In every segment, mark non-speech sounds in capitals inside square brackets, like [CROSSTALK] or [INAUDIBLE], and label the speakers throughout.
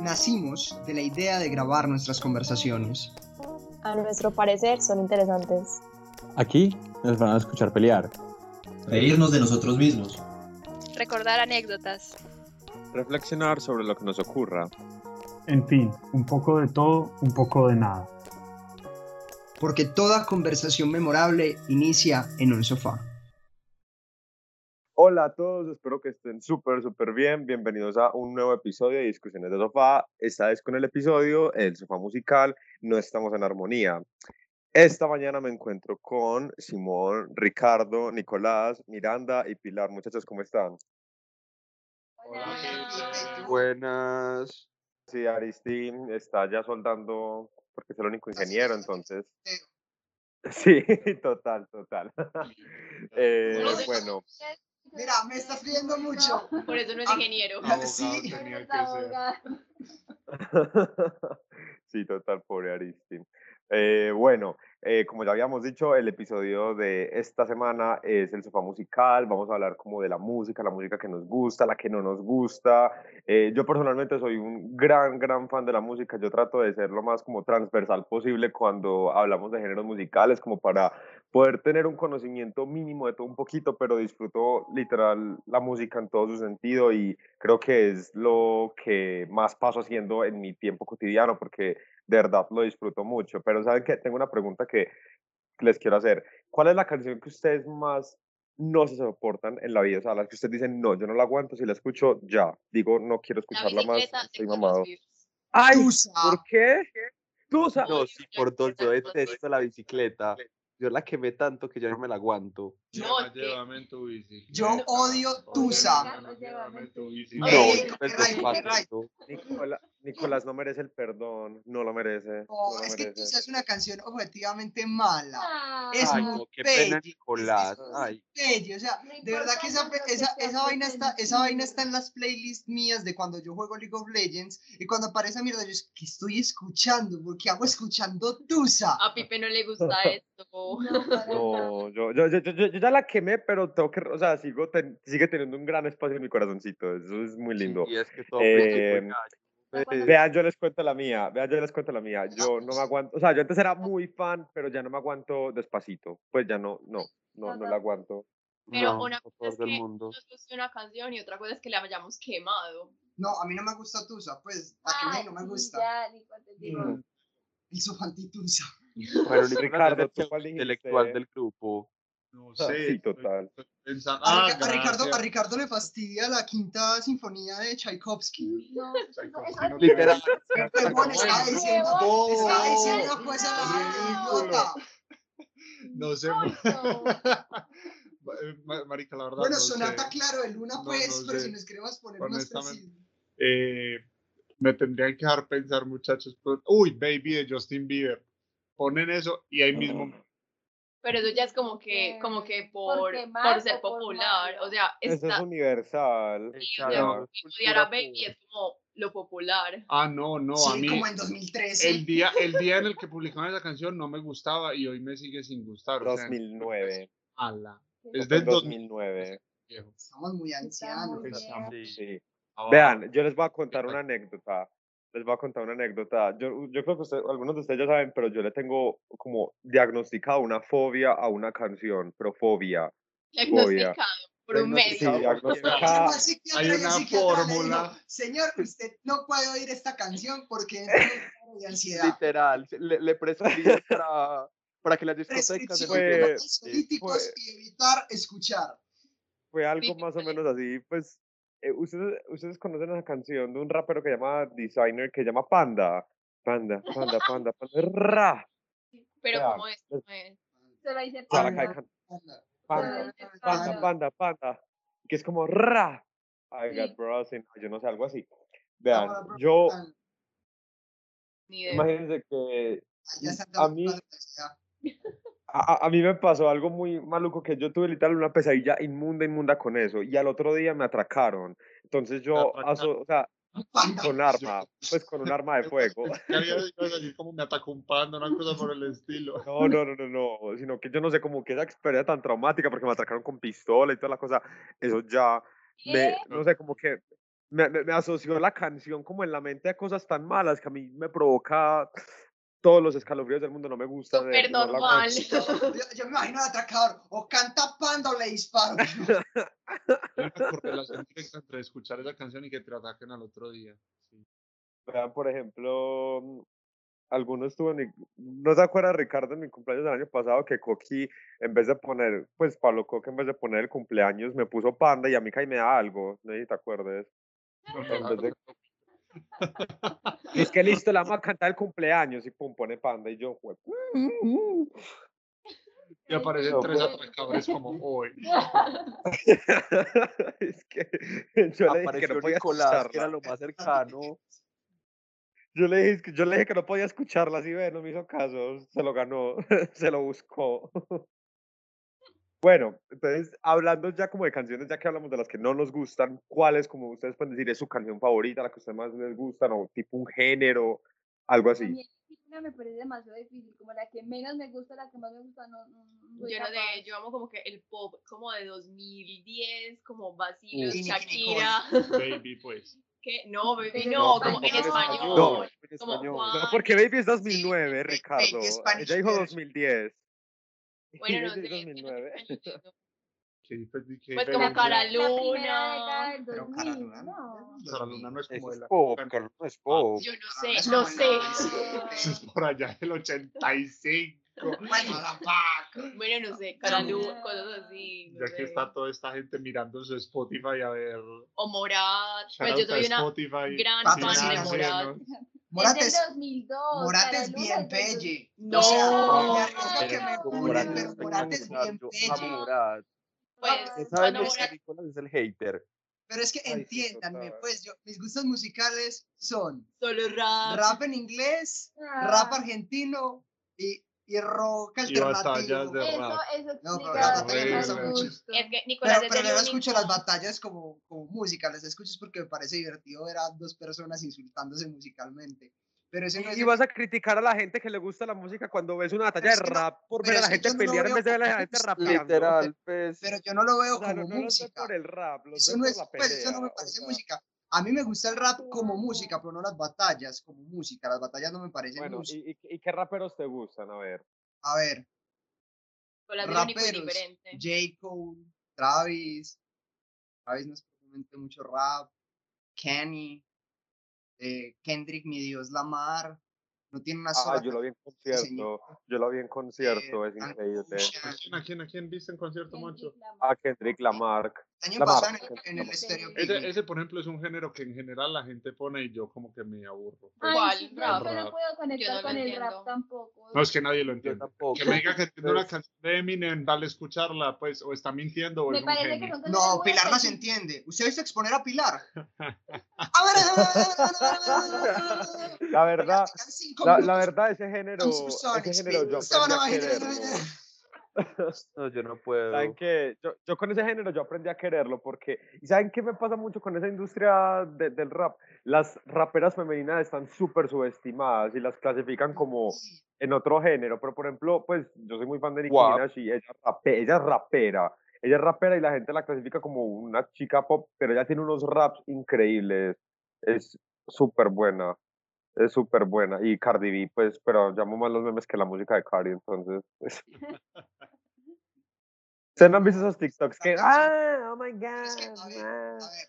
Speaker 1: Nacimos de la idea de grabar nuestras conversaciones.
Speaker 2: A nuestro parecer son interesantes.
Speaker 3: Aquí nos van a escuchar pelear,
Speaker 4: reírnos de nosotros mismos,
Speaker 5: recordar anécdotas,
Speaker 6: reflexionar sobre lo que nos ocurra.
Speaker 7: En fin, un poco de todo, un poco de nada.
Speaker 1: Porque toda conversación memorable inicia en un sofá.
Speaker 6: Hola a todos, espero que estén súper, súper bien. Bienvenidos a un nuevo episodio de Discusiones de Sofá. Esta vez con el episodio El Sofá Musical, No Estamos en Armonía. Esta mañana me encuentro con Simón, Ricardo, Nicolás, Miranda y Pilar. Muchachos, ¿cómo están?
Speaker 8: Hola. Buenas.
Speaker 6: Sí, Aristín está ya soldando porque es el único ingeniero, entonces. Sí, [LAUGHS] total, total. [LAUGHS] Eh, bueno.
Speaker 1: Mira, me estás pidiendo mucho.
Speaker 5: Por eso no
Speaker 6: ah,
Speaker 5: es ingeniero.
Speaker 8: Abogado
Speaker 1: [LAUGHS] Sí.
Speaker 8: tenía que ser.
Speaker 6: [LAUGHS] sí, total, pobre Aristin. Eh, bueno, eh, como ya habíamos dicho, el episodio de esta semana es el sofá musical. Vamos a hablar como de la música, la música que nos gusta, la que no nos gusta. Eh, yo personalmente soy un gran, gran fan de la música. Yo trato de ser lo más como transversal posible cuando hablamos de géneros musicales, como para poder tener un conocimiento mínimo de todo un poquito, pero disfruto literal la música en todo su sentido y creo que es lo que más paso haciendo en mi tiempo cotidiano porque de verdad lo disfruto mucho. Pero saben que tengo una pregunta que les quiero hacer. ¿Cuál es la canción que ustedes más no se soportan en la vida? O sea, las que ustedes dicen, no, yo no la aguanto, si la escucho ya, digo, no quiero escucharla más, estoy mamado.
Speaker 8: Ay,
Speaker 1: Tusa.
Speaker 8: ¿por qué? Tú sabes.
Speaker 5: No,
Speaker 8: No,
Speaker 5: sí,
Speaker 8: sí,
Speaker 5: por
Speaker 8: por
Speaker 5: dos,
Speaker 8: dos,
Speaker 5: yo
Speaker 8: yo detesto la bicicleta. Yo la quemé tanto que ya no me la aguanto.
Speaker 5: No, es que-
Speaker 8: llévame en tu bicicleta.
Speaker 1: Yo odio Tusa.
Speaker 8: Llévame, llévame en tu
Speaker 1: No,
Speaker 8: bicicleta.
Speaker 1: Ey,
Speaker 8: No,
Speaker 1: qué rayo, qué rayo.
Speaker 6: Nicola- Nicolás no merece el perdón, no lo merece.
Speaker 1: Oh,
Speaker 6: no lo
Speaker 1: es que
Speaker 6: merece.
Speaker 1: Tusa es una canción objetivamente mala. Es
Speaker 8: Ay,
Speaker 1: muy
Speaker 8: no, qué
Speaker 1: bello.
Speaker 8: pena, Nicolás.
Speaker 1: es-
Speaker 8: Ay,
Speaker 1: Bello, o sea, de verdad que esa, pe- esa, esa vaina está, esa vaina está en las playlists mías de cuando yo juego League of Legends y cuando aparece mierda yo es que estoy escuchando porque hago escuchando Tusa.
Speaker 8: Ah.
Speaker 5: A Pipe no le
Speaker 6: [LAUGHS]
Speaker 5: gusta esto. [LAUGHS]
Speaker 6: No, yo, yo, yo, yo, yo- yo ya la quemé, pero tengo que, o sea, sigo ten- sigue teniendo un gran espacio en mi corazoncito. Eso es muy lindo.
Speaker 8: Y es que todo
Speaker 6: Eh,
Speaker 8: príncipe gallo.
Speaker 6: Vean, yo les cuento la mía. Vean, yo les cuento la mía. Yo no me aguanto. O sea, yo antes era muy fan, pero ya no me aguanto despacito. Pues ya no, no, no, no la aguanto.
Speaker 5: Pero
Speaker 8: No,
Speaker 5: una
Speaker 8: por
Speaker 5: cosa es
Speaker 8: favor, del
Speaker 5: que
Speaker 8: mundo.
Speaker 5: nos guste una canción y otra cosa es que la hayamos quemado.
Speaker 1: No, a mí no me gusta Tusa, pues la que me- no me
Speaker 8: Ah,
Speaker 1: gusta.
Speaker 9: Ya, ni cuánto digo.
Speaker 6: Mm.
Speaker 1: El sofanti Tusa.
Speaker 8: Bueno, Nicolás,
Speaker 6: Ricardo,
Speaker 8: eres
Speaker 6: ¿tú
Speaker 8: el
Speaker 6: cuál dijiste?
Speaker 8: intelectual del grupo.
Speaker 10: No
Speaker 6: Ah,
Speaker 10: sé.
Speaker 6: sí, total.
Speaker 10: estoy pensando-
Speaker 1: A,
Speaker 10: Ah,
Speaker 1: Rica- a Ricardo, a
Speaker 10: gracias.
Speaker 1: Ricardo le fastidia la quinta sinfonía de Tchaikovsky.
Speaker 9: No, eso- eso-
Speaker 10: Psycho,
Speaker 9: eso-
Speaker 10: no te
Speaker 8: Literal.
Speaker 1: El huevón Pues está
Speaker 9: bueno.
Speaker 1: diciendo,
Speaker 10: ¡Bobo!
Speaker 1: está diciendo pues a la
Speaker 9: ridículo.
Speaker 1: idiota.
Speaker 10: No sé.
Speaker 9: Coño.
Speaker 10: [LAUGHS] Eh, Ma- Marica, la verdad.
Speaker 1: Bueno,
Speaker 10: no
Speaker 1: sonata
Speaker 10: sé.
Speaker 1: claro de Luna
Speaker 10: No,
Speaker 1: pues,
Speaker 10: no
Speaker 1: pero
Speaker 10: sé.
Speaker 1: si nos queremos poner más
Speaker 10: Honestamente,
Speaker 1: precisos.
Speaker 10: Eh, me tendrían que dejar pensar, muchachos. pero- Uy, Baby de Justin Bieber. Ponen eso y ahí mismo.
Speaker 5: Pero eso ya es como que, como que por,
Speaker 9: Porque
Speaker 5: por
Speaker 9: mal
Speaker 5: ser
Speaker 9: o por
Speaker 5: popular.
Speaker 9: mal.
Speaker 5: o sea,
Speaker 6: Eso es
Speaker 5: está
Speaker 6: universal.
Speaker 5: o sea,
Speaker 6: claro.
Speaker 5: odiar a Baby es como lo popular.
Speaker 10: Ah, no, no. a
Speaker 1: Sí,
Speaker 10: mí.
Speaker 1: como en 2013.
Speaker 10: El día, el día en el que publicaron esa canción no me gustaba y hoy me sigue sin gustar. o sea,
Speaker 6: 2009.
Speaker 10: ala,
Speaker 6: Es
Speaker 10: Es
Speaker 6: del
Speaker 10: del 2000.
Speaker 6: 2009.
Speaker 10: viejo.
Speaker 1: Estamos muy ancianos.
Speaker 9: muy
Speaker 1: ¿no?
Speaker 6: Sí.
Speaker 10: Ah,
Speaker 6: Vean, yo les voy a contar una anécdota. Les voy a contar una anécdota. Yo, yo creo que usted- algunos de ustedes ya saben, pero yo le tengo como diagnosticado una fobia a una canción, pero fobia.
Speaker 5: Diagnosticado por un
Speaker 6: Diagnosticado-
Speaker 5: medio.
Speaker 10: [LAUGHS]
Speaker 6: diagnosticada.
Speaker 1: El psiquiatra
Speaker 10: hay
Speaker 1: y el
Speaker 10: una
Speaker 1: psiquiatra le
Speaker 10: fórmula.
Speaker 1: dijo, Señor, usted no puede oír esta canción porque entra en un estado de ansiedad.
Speaker 8: Literal. Le, le
Speaker 6: [LAUGHS]
Speaker 8: prescribes para, para que las discotecas
Speaker 1: Prescripción
Speaker 8: se
Speaker 6: Fue-
Speaker 1: de
Speaker 8: volvieran-
Speaker 1: los políticos
Speaker 6: fue-
Speaker 1: y evitar escuchar.
Speaker 6: Fue
Speaker 5: Sí,
Speaker 6: algo más o
Speaker 5: vale.
Speaker 6: menos así, pues. eh, ustedes, ustedes conocen esa canción de un rapero que llama Designer, que llama Panda. Panda, panda, panda, panda. Ra.
Speaker 5: Pero
Speaker 6: Vean,
Speaker 5: como es,
Speaker 6: les-
Speaker 5: como es.
Speaker 9: Se la hice
Speaker 6: Ya la
Speaker 9: panda.
Speaker 6: cae-
Speaker 10: Oh,
Speaker 1: Anda,
Speaker 6: Panda.
Speaker 9: Ay,
Speaker 6: panda,
Speaker 9: Claro.
Speaker 6: panda, panda, que es como ra, I
Speaker 9: Sí.
Speaker 6: got bras in- yo no sé, algo así. Vean,
Speaker 1: ahora, bro,
Speaker 6: yo,
Speaker 1: anda,
Speaker 5: Ni idea.
Speaker 6: imagínense que
Speaker 1: ya está
Speaker 6: a
Speaker 1: entrando
Speaker 6: mí-
Speaker 1: en la universidad.
Speaker 6: a, a- a mí me pasó algo muy maluco, que yo tuve literal una pesadilla inmunda, inmunda con eso, y al otro día me atracaron, entonces yo,
Speaker 8: atracaron.
Speaker 6: aso- o sea,
Speaker 1: Panda.
Speaker 5: [LAUGHS]
Speaker 6: con arma, pues con un arma de fuego. [LAUGHS]
Speaker 10: que había ibas a decir como me atacó un panda, una cosa por el estilo.
Speaker 6: No,
Speaker 10: [LAUGHS]
Speaker 6: no, no, no, no, sino que yo no sé, como que esa experiencia tan traumática, porque me atracaron con pistola y toda la cosa, eso ya me- no sé, como que me, me- me asoció la canción como en la mente a cosas tan malas que a mí me provoca todos los escalofríos del mundo, no me gusta. de-
Speaker 5: Súper
Speaker 6: no la
Speaker 5: normal.
Speaker 1: Yo, yo me imagino al atracador, o canta pando o le
Speaker 5: [LAUGHS]
Speaker 1: disparo.
Speaker 10: Hay una correlación directa entre escuchar esa canción y que te ataquen al otro día. Sí.
Speaker 6: Vean, por ejemplo, mm, algunos tuvo, en mi- no se acuerda Ricardo en mi cumpleaños del año pasado que Coqui, en vez de poner, pues Pablo Coqui, en vez de poner el cumpleaños, me puso panda y a mí caí me da algo, no sé si te acuerdes. En vez de- Es que listo, la vamos a cantar el cumpleaños y pum, pone panda y yo, "Jue-
Speaker 10: Y aparecen
Speaker 6: No,
Speaker 10: tres
Speaker 6: pues-
Speaker 10: atracadores como hoy.
Speaker 6: [LAUGHS] es [LAUGHS] que yo le dije que
Speaker 8: Apareció
Speaker 6: no podía
Speaker 8: Nicolás, que era
Speaker 6: escucharla.
Speaker 8: lo más cercano.
Speaker 6: Yo le dije, que- yo le dije que no podía escucharla, si ve, no me hizo caso, se lo ganó, [LAUGHS] se lo buscó. [LAUGHS] Bueno, entonces, hablando ya como de canciones, ya que hablamos de las que no nos gustan, ¿cuál es, como ustedes pueden decir, es su canción favorita, la que a ustedes más les gustan, o tipo un género, algo
Speaker 9: A
Speaker 6: así?
Speaker 9: mí elegir una me parece demasiado difícil, como la que menos me gusta, la que más me gusta, no, no, no soy
Speaker 5: Yo no
Speaker 9: capaz.
Speaker 5: sé, yo amo como que el pop como de 2010, como Basilio,
Speaker 1: Nicki Nicole.
Speaker 5: Shakira.
Speaker 10: Baby, pues.
Speaker 5: que No, baby,
Speaker 9: Baby,
Speaker 5: no,
Speaker 9: no,
Speaker 5: como en
Speaker 9: tampoco en
Speaker 5: español.
Speaker 9: español.
Speaker 6: No, en
Speaker 5: como
Speaker 6: español. [LAUGHS] No,
Speaker 5: Juan,
Speaker 6: porque Baby es 2009,
Speaker 1: Baby
Speaker 6: Ricardo. Ah,
Speaker 1: Spanish
Speaker 6: Ella dijo
Speaker 1: Girl.
Speaker 6: 2010.
Speaker 5: [LAUGHS] Bueno, no
Speaker 6: Baby
Speaker 5: sé.
Speaker 6: es 2009.
Speaker 5: en español, no.
Speaker 10: Que pues, dije,
Speaker 5: Pues
Speaker 10: "Baby,
Speaker 5: como Cara
Speaker 10: ya".
Speaker 9: La primera
Speaker 5: Luna.
Speaker 9: década del
Speaker 1: Pero
Speaker 9: 2000,
Speaker 1: Carolina,
Speaker 9: no.
Speaker 10: Sara Luna no es
Speaker 8: Eso
Speaker 10: como de
Speaker 8: es
Speaker 10: la.
Speaker 8: pop,
Speaker 10: Bueno,
Speaker 8: Carlos, no es pop.
Speaker 5: [LAUGHS] Yo no
Speaker 1: Ahora es
Speaker 5: sé, Ah, no
Speaker 1: como el
Speaker 5: sé.
Speaker 1: 97.
Speaker 10: eso es por allá del 85.
Speaker 5: [LAUGHS]
Speaker 1: Bueno, la paca.
Speaker 5: Bueno, no sé, Cara
Speaker 9: No.
Speaker 5: Luna, cosas así. no
Speaker 10: Ya que
Speaker 5: sé.
Speaker 10: está toda esta gente mirando su Spotify a ver.
Speaker 5: O Morat. Pues
Speaker 10: shout
Speaker 5: yo
Speaker 10: out a
Speaker 5: soy una
Speaker 10: Spotify.
Speaker 5: gran
Speaker 10: sin
Speaker 1: Patrocina,
Speaker 5: fan de
Speaker 10: nada,
Speaker 1: sí,
Speaker 5: Morat. [LAUGHS]
Speaker 10: ¿no?
Speaker 1: Morat
Speaker 9: es
Speaker 1: es,
Speaker 9: del 2002.
Speaker 1: Morat
Speaker 9: Cara
Speaker 1: es
Speaker 9: Luna
Speaker 1: bien
Speaker 9: es del
Speaker 1: pelle.
Speaker 5: No.
Speaker 1: O sea,
Speaker 5: No,
Speaker 1: es lo que me
Speaker 5: no,
Speaker 1: pone,
Speaker 8: Morat
Speaker 1: pero
Speaker 8: es
Speaker 1: Morat es
Speaker 8: espectacular,
Speaker 1: bien
Speaker 8: yo
Speaker 1: pelle.
Speaker 8: amo Morat.
Speaker 1: Ah,
Speaker 5: Pues
Speaker 9: Esa
Speaker 8: Esa vez
Speaker 5: cuando
Speaker 8: no sé,
Speaker 5: Morat
Speaker 8: Nicolás es el hater.
Speaker 1: Pero es que
Speaker 6: Ay, sí,
Speaker 1: entiéndanme,
Speaker 6: total.
Speaker 1: pues yo, mis gustos musicales son
Speaker 5: solo rap.
Speaker 1: rap en inglés, rap
Speaker 9: Ah.
Speaker 1: argentino y, y rock
Speaker 10: Y batallas
Speaker 1: alternativo.
Speaker 10: de
Speaker 9: Eso,
Speaker 10: rap.
Speaker 9: eso
Speaker 1: No, pero
Speaker 9: explica
Speaker 1: las batallas
Speaker 9: bastante
Speaker 1: me
Speaker 9: los
Speaker 1: gustan mucho.
Speaker 9: gustos.
Speaker 5: Es que Nicolás
Speaker 1: Pero,
Speaker 5: es
Speaker 1: pero
Speaker 5: el
Speaker 1: yo no
Speaker 5: único-
Speaker 1: escucho las batallas como, como música, las escucho es porque me parece divertido ver a dos personas insultándose musicalmente. Pero ese no es
Speaker 6: Y
Speaker 1: el-
Speaker 6: vas a criticar a la gente que le gusta la música cuando ves una batalla de
Speaker 1: es que no-
Speaker 6: rap por
Speaker 1: pero
Speaker 6: ver a
Speaker 1: es
Speaker 6: la
Speaker 1: que
Speaker 6: gente
Speaker 1: yo no lo
Speaker 6: pelear en
Speaker 1: veo
Speaker 6: vez de ver a la
Speaker 1: como
Speaker 6: gente
Speaker 1: música.
Speaker 6: rapeando.
Speaker 8: Literal, pues.
Speaker 1: pero yo no lo veo
Speaker 6: O sea,
Speaker 1: como
Speaker 6: no, no los ve
Speaker 1: música.
Speaker 6: por el rap, los
Speaker 1: eso
Speaker 6: ve
Speaker 1: no
Speaker 6: por
Speaker 1: es,
Speaker 6: la
Speaker 1: pues,
Speaker 6: pelea.
Speaker 1: eso no me
Speaker 6: o
Speaker 1: parece
Speaker 6: sea,
Speaker 1: música. A mí me gusta el rap como música, pero no las batallas como música. Las batallas no me parecen
Speaker 6: Bueno,
Speaker 1: música.
Speaker 6: ¿y, y, y qué raperos te gustan? A ver.
Speaker 1: A ver,
Speaker 5: Nicolás es el único
Speaker 1: raperos,
Speaker 5: indiferente.
Speaker 1: J. Cole, Travis, Travis no es precisamente mucho rap, Kenny, eh, Kendrick, mi Dios, Lamar, no tiene una sola
Speaker 6: Ah, yo lo vi en
Speaker 1: canción, señor.
Speaker 6: concierto. Yo lo vi en concierto,
Speaker 1: Eh,
Speaker 6: es increíble.
Speaker 10: ¿A quién, a quién, a quién viste en concierto, Moncho?
Speaker 6: A
Speaker 9: Ah,
Speaker 6: Kendrick Lamarck.
Speaker 1: El año
Speaker 6: Lamar.
Speaker 1: pasado en, en el Estéreo
Speaker 10: Ese,
Speaker 1: Picnic.
Speaker 10: ese, por ejemplo, es un género que en general la gente pone y yo como que me aburro.
Speaker 5: ¿Cuál
Speaker 9: Ay, sí, pero
Speaker 10: rap?
Speaker 9: yo no puedo
Speaker 5: Yo no
Speaker 9: conectar
Speaker 5: lo
Speaker 9: con el
Speaker 5: entiendo.
Speaker 9: rap tampoco.
Speaker 10: No es que nadie lo
Speaker 8: Yo
Speaker 10: entienda.
Speaker 8: tampoco.
Speaker 10: Que me diga que entiende una
Speaker 8: Pues,
Speaker 10: canción de Eminem, dale a escucharla, pues, o está mintiendo o
Speaker 9: Me
Speaker 10: es un
Speaker 9: parece que
Speaker 10: genio.
Speaker 9: son cosas
Speaker 1: No,
Speaker 9: muy
Speaker 1: Pilar no se
Speaker 9: específicas.
Speaker 1: entiende. ¿Usted ha visto exponer a Pilar? A ver, a ver, a ver, a ver, a ver, a ver, a ver, a ver, a ver.
Speaker 6: La verdad,
Speaker 1: Tengan cinco
Speaker 6: la, la
Speaker 1: minutos.
Speaker 6: verdad, ese género, ese
Speaker 1: Subsonics,
Speaker 6: género yo
Speaker 1: please. Estaban
Speaker 6: aprendí a
Speaker 1: abajo.
Speaker 6: quererlo.
Speaker 8: [LAUGHS] No, yo no puedo.
Speaker 6: ¿Saben qué? Yo, yo con ese género yo aprendí a quererlo porque, ¿y saben qué me pasa mucho con esa industria de- del rap? Las raperas femeninas están súper subestimadas y las clasifican como en otro género, pero por ejemplo, pues yo soy muy fan de Nicki
Speaker 8: Guap.
Speaker 6: Minaj y ella, rape- ella es rapera, ella es rapera y la gente la clasifica como una chica pop, pero ella tiene unos raps increíbles, es súper buena, es súper buena y Cardi B, pues, pero llamo más los memes que la música de Cardi, entonces...
Speaker 1: [LAUGHS]
Speaker 6: pues. ¿Ustedes no han visto
Speaker 1: Pues,
Speaker 6: esos TikToks que... ¡Ah! ¡Oh, my God!
Speaker 1: es que, a ver,
Speaker 6: ah".
Speaker 1: A ver,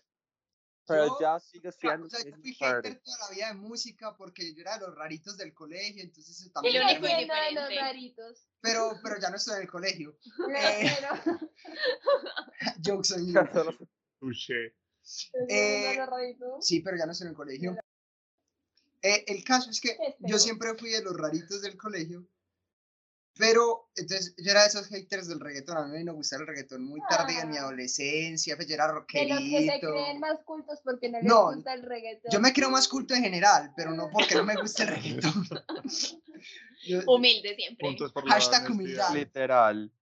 Speaker 8: Pero
Speaker 1: yo-
Speaker 8: ya sigue
Speaker 1: Claro,
Speaker 8: siendo.
Speaker 1: o sea, yo
Speaker 8: Katy
Speaker 1: fui
Speaker 8: Perry.
Speaker 1: hater toda la vida de música porque yo era de los raritos del colegio, entonces eso
Speaker 5: El
Speaker 1: también.
Speaker 9: Yo
Speaker 5: único
Speaker 1: me-
Speaker 9: soy uno de los
Speaker 5: indiferente.
Speaker 9: raritos.
Speaker 1: Pero, pero ya no estoy en el colegio. Eh. [LAUGHS]
Speaker 9: Pero
Speaker 1: Jokes on you.
Speaker 6: [LAUGHS] Solo-
Speaker 1: [LAUGHS]
Speaker 10: Touché.
Speaker 9: soy uno de
Speaker 1: Eh,
Speaker 9: los raritos.
Speaker 1: Sí, pero ya no estoy en el colegio. Eh, el caso es que
Speaker 9: Es
Speaker 1: yo
Speaker 9: peor.
Speaker 1: siempre fui de los raritos del colegio. Pero entonces yo era de esos haters del reggaetón. A mí me gustaba el reggaetón muy tarde en mi
Speaker 9: Ah.
Speaker 1: adolescencia. Pues yo era
Speaker 9: De los que se
Speaker 1: rockerito.
Speaker 9: creen más cultos porque no les
Speaker 1: No,
Speaker 9: gusta el reggaetón.
Speaker 1: Yo me creo más culto en general, pero no porque no me gusta el
Speaker 9: [LAUGHS]
Speaker 1: reggaetón. [LAUGHS] Yo-
Speaker 5: Humilde siempre.
Speaker 10: Puntos por
Speaker 1: Hashtag
Speaker 10: la honestidad.
Speaker 1: humildad.
Speaker 8: Literal.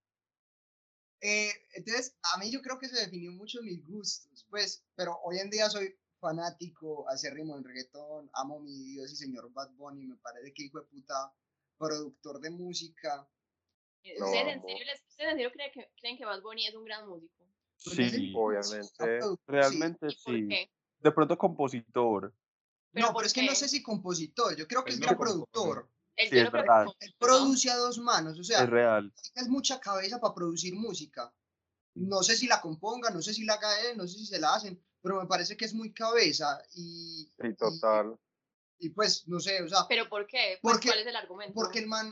Speaker 1: Eh, entonces, a mí yo creo que se definió mucho mis gustos, pues, pero hoy en día soy fanático, acérrimo del reggaetón, amo mi Dios y señor Bad Bunny, me parece que hijo de puta productor de música.
Speaker 5: ¿Ustedes, en
Speaker 6: amo.
Speaker 5: serio, les- ustedes en serio creen que, creen que Bad Bunny es un gran músico?
Speaker 8: Pues
Speaker 1: pues,
Speaker 8: Sí,
Speaker 6: obviamente.
Speaker 8: realmente
Speaker 5: ¿Por
Speaker 8: sí.
Speaker 5: qué?
Speaker 8: De pronto compositor.
Speaker 5: ¿Pero
Speaker 1: No,
Speaker 5: por
Speaker 1: pero es que
Speaker 5: qué?
Speaker 1: no sé si compositor, yo creo que
Speaker 8: Pues
Speaker 1: es
Speaker 8: no,
Speaker 1: gran
Speaker 8: compositor.
Speaker 1: productor.
Speaker 5: Él
Speaker 8: Sí,
Speaker 5: yo
Speaker 8: es
Speaker 5: no creo que
Speaker 8: verdad.
Speaker 5: como-
Speaker 1: Él produce a dos manos, o sea,
Speaker 8: Es real.
Speaker 1: es mucha cabeza para producir música. No sé si la componga, no sé si la haga él, no sé si se la hacen, pero me parece que es muy cabeza y,
Speaker 6: Sí, total.
Speaker 1: y pues no sé, o sea,
Speaker 5: ¿Pero por qué? Pues,
Speaker 1: Porque-
Speaker 5: ¿Cuál es el argumento?
Speaker 1: porque el man,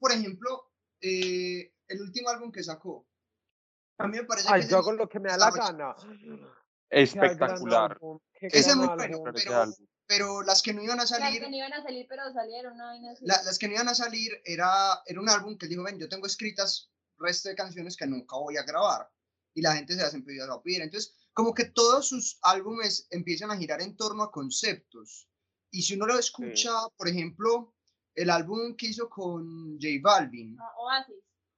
Speaker 1: por ejemplo, eh, el último álbum que sacó, a mí me parece
Speaker 6: Ay,
Speaker 1: que
Speaker 6: yo
Speaker 1: ese-
Speaker 6: hago lo que me da la
Speaker 1: desarrollo.
Speaker 6: gana.
Speaker 8: Espectacular.
Speaker 1: Ese es muy
Speaker 8: Espectacular
Speaker 1: bueno,
Speaker 8: ese
Speaker 1: pero-
Speaker 8: álbum.
Speaker 1: pero las que no iban a
Speaker 9: Las
Speaker 1: salir,
Speaker 9: que no iban a salir, pero salieron, ¿no? Y no sé.
Speaker 1: la- las que no iban a salir era, era un álbum que él dijo, ven, yo tengo escritas resto de canciones que nunca voy a grabar. Y la gente se las empezó a pedir. Entonces, como que todos sus álbumes empiezan a girar en torno a conceptos. Y si uno lo escucha, por ejemplo, el álbum que hizo con J Balvin,
Speaker 9: Ah,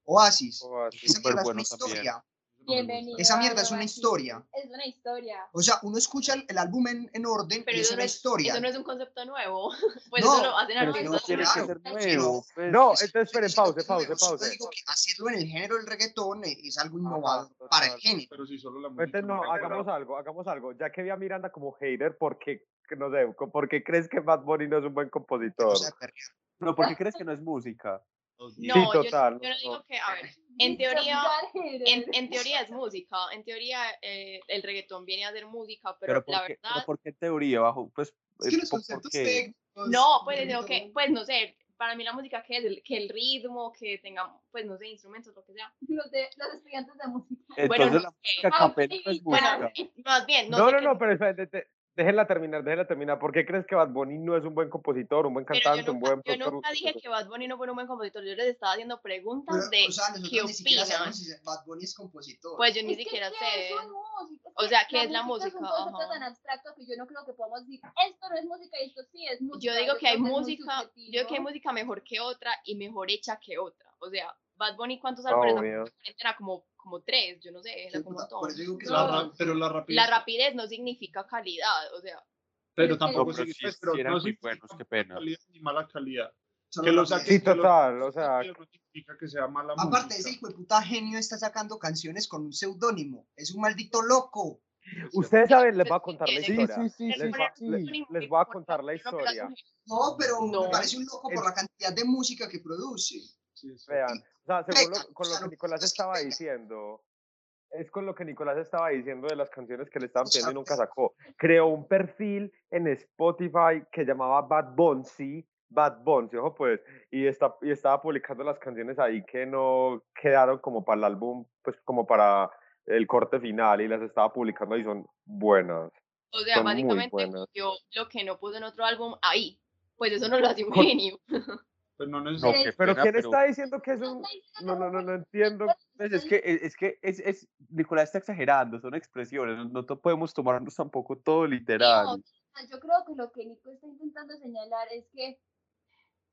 Speaker 9: Oasis.
Speaker 1: Oasis, esa
Speaker 8: Súper
Speaker 1: mierda
Speaker 8: bueno
Speaker 1: es una
Speaker 8: también.
Speaker 1: historia.
Speaker 9: Bienvenido.
Speaker 1: Esa
Speaker 9: a
Speaker 1: mierda es una
Speaker 9: Oasis.
Speaker 1: historia.
Speaker 9: Es una historia.
Speaker 1: O sea, uno escucha el, el álbum en, en orden
Speaker 5: Pero
Speaker 1: y es
Speaker 5: eso no
Speaker 1: una
Speaker 5: es,
Speaker 1: historia.
Speaker 5: eso no es un concepto nuevo. [LAUGHS] Pues
Speaker 1: No,
Speaker 5: eso lo hacen
Speaker 8: Pero
Speaker 1: que
Speaker 8: eso
Speaker 1: no,
Speaker 8: no
Speaker 5: artistas
Speaker 8: tiene que
Speaker 1: claro.
Speaker 8: ser
Speaker 1: Pero-
Speaker 8: nuevo. pues.
Speaker 6: No,
Speaker 1: Es-
Speaker 6: entonces esperen,
Speaker 1: es lo que
Speaker 6: pause,
Speaker 1: no
Speaker 6: pause,
Speaker 1: veo. Solo
Speaker 6: pause.
Speaker 1: digo que hacerlo en el género del reggaetón e- es algo
Speaker 6: Ajá,
Speaker 1: innovador
Speaker 6: total.
Speaker 1: para el género.
Speaker 10: Pero si solo la música.
Speaker 6: Entonces, Pues este no,
Speaker 10: nunca
Speaker 6: hagamos
Speaker 10: graba.
Speaker 6: algo, hagamos algo. Ya que vi a Miranda como hater, ¿por qué, no sé, por qué crees que Bad Bunny no es un buen compositor?
Speaker 1: O sea, perrear.
Speaker 8: Pero ¿por qué crees que no es música?
Speaker 5: No,
Speaker 6: Sí,
Speaker 5: yo-
Speaker 6: total,
Speaker 5: Yo, no digo
Speaker 6: no.
Speaker 5: que, a ver, en teoría, en,
Speaker 9: En,
Speaker 5: en teoría es música. En teoría eh, el reggaetón viene a ser música,
Speaker 8: Pero,
Speaker 5: pero,
Speaker 8: ¿por,
Speaker 5: la
Speaker 8: qué,
Speaker 5: verdad.
Speaker 8: pero ¿por qué en teoría bajo? Pues,
Speaker 1: Es que
Speaker 8: eh,
Speaker 1: los
Speaker 8: ¿por-
Speaker 1: conceptos
Speaker 8: qué?
Speaker 1: técnicos.
Speaker 5: No, pues, digo
Speaker 1: reggaetón,
Speaker 5: [LAUGHS] que, pues no sé, para mí la música que, es el, que el ritmo, que tenga, pues no sé, instrumentos, lo que sea. Ah,
Speaker 9: Los, de, [LAUGHS] los estudiantes de música.
Speaker 5: Bueno,
Speaker 8: Entonces
Speaker 5: no
Speaker 8: la
Speaker 5: sé.
Speaker 8: música capela no es
Speaker 9: Bueno,
Speaker 8: música.
Speaker 5: Más bien, no
Speaker 6: No,
Speaker 5: sé
Speaker 6: no,
Speaker 5: qué-
Speaker 6: no, pero espera, de- de- déjenla terminar, déjenla terminar. ¿Por qué crees que Bad Bunny no es un buen compositor, un buen
Speaker 5: pero
Speaker 6: cantante,
Speaker 5: yo
Speaker 6: un
Speaker 5: nunca,
Speaker 6: buen
Speaker 5: yo
Speaker 6: productor?
Speaker 5: nunca dije que Bad Bunny no fuera un buen compositor, yo les estaba haciendo preguntas
Speaker 1: pero,
Speaker 5: de
Speaker 1: o sea, nosotros
Speaker 5: qué
Speaker 1: ni siquiera
Speaker 5: opinan.
Speaker 1: sabemos si Bad Bunny es compositor.
Speaker 5: Pues yo ni
Speaker 9: Es que,
Speaker 5: siquiera
Speaker 9: ¿qué
Speaker 5: sé.
Speaker 9: es un músico?
Speaker 5: O
Speaker 9: que
Speaker 5: sea, ¿qué es la
Speaker 9: Es un
Speaker 5: música?
Speaker 9: concepto
Speaker 5: Ajá.
Speaker 9: tan abstracto que yo no creo que podamos decir, esto no es música y esto sí es música.
Speaker 5: Yo digo que hay
Speaker 9: creo es muy
Speaker 5: música, yo digo que hay
Speaker 9: subjetivo.
Speaker 5: música mejor que otra y mejor hecha que otra. O sea, Bad Bunny cuántos álbumes sacó?
Speaker 6: Ah, Obvio.
Speaker 5: era como como tres, yo no sé, era como
Speaker 1: Por
Speaker 5: un
Speaker 1: eso
Speaker 5: montón.
Speaker 1: digo que
Speaker 10: La
Speaker 1: no,
Speaker 10: ra- pero la rapidez.
Speaker 5: La rapidez no significa calidad, o sea,
Speaker 10: pero
Speaker 8: No,
Speaker 10: tampoco
Speaker 8: pero
Speaker 10: sigue-
Speaker 8: sí,
Speaker 10: pues,
Speaker 8: sí
Speaker 10: pero
Speaker 8: eran
Speaker 10: no
Speaker 8: muy
Speaker 10: significa
Speaker 8: buenos, qué
Speaker 10: buena
Speaker 8: pena.
Speaker 10: calidad ni mala calidad.
Speaker 1: solo
Speaker 10: que lo
Speaker 1: rapidez.
Speaker 10: saques
Speaker 6: Sí,
Speaker 10: que lo-
Speaker 6: total, o sea,
Speaker 10: No significa que sea mala
Speaker 1: Aparte,
Speaker 10: música.
Speaker 1: ese hijo de puta genio está sacando canciones con un seudónimo. Es un maldito loco.
Speaker 6: ustedes saben, les voy a contar la
Speaker 5: Sí, sí,
Speaker 6: historia.
Speaker 5: sí,
Speaker 6: Les,
Speaker 5: sí,
Speaker 6: va-
Speaker 5: sí.
Speaker 6: le-
Speaker 5: Bunny
Speaker 6: les
Speaker 5: muy
Speaker 6: voy a
Speaker 5: importante,
Speaker 6: contar la
Speaker 5: yo creo que era
Speaker 6: historia.
Speaker 5: su-
Speaker 1: No, pero me
Speaker 5: No.
Speaker 1: parece un loco por
Speaker 6: Es-
Speaker 1: la cantidad de música que produce.
Speaker 10: Sí, sí.
Speaker 6: Vean, o sea, según lo- con lo
Speaker 1: claro,
Speaker 6: que Nicolás
Speaker 1: es que
Speaker 6: estaba
Speaker 1: pega.
Speaker 6: diciendo, es con lo que Nicolás estaba diciendo de las canciones que le estaban
Speaker 1: O sea,
Speaker 6: pidiendo y nunca
Speaker 1: pues-
Speaker 6: sacó. Creó un perfil en Spotify que llamaba Bad Bonsi, Bad Bonsi, ojo pues, y, está, y estaba publicando las canciones ahí que no quedaron como para el álbum, pues como para el corte final y las estaba publicando y son buenas.
Speaker 5: O sea,
Speaker 6: Son muy
Speaker 5: básicamente
Speaker 6: buenas.
Speaker 5: yo lo que no puso en otro álbum ahí. Pues eso no lo hace un
Speaker 6: Con-
Speaker 5: genio.
Speaker 10: Pues no
Speaker 8: No,
Speaker 10: necesariamente.
Speaker 8: qué
Speaker 6: Pero
Speaker 8: pena,
Speaker 6: ¿quién
Speaker 8: pero-
Speaker 6: está diciendo que es un...
Speaker 9: Está diciendo
Speaker 6: No, no,
Speaker 9: como
Speaker 6: no, no
Speaker 9: que-
Speaker 6: entiendo.
Speaker 8: Pues es que, es es que es, es, Nicolás está exagerando, son expresiones, no, no to- podemos tomarnos tampoco todo literal.
Speaker 9: Yo creo que lo que Nico está intentando señalar es que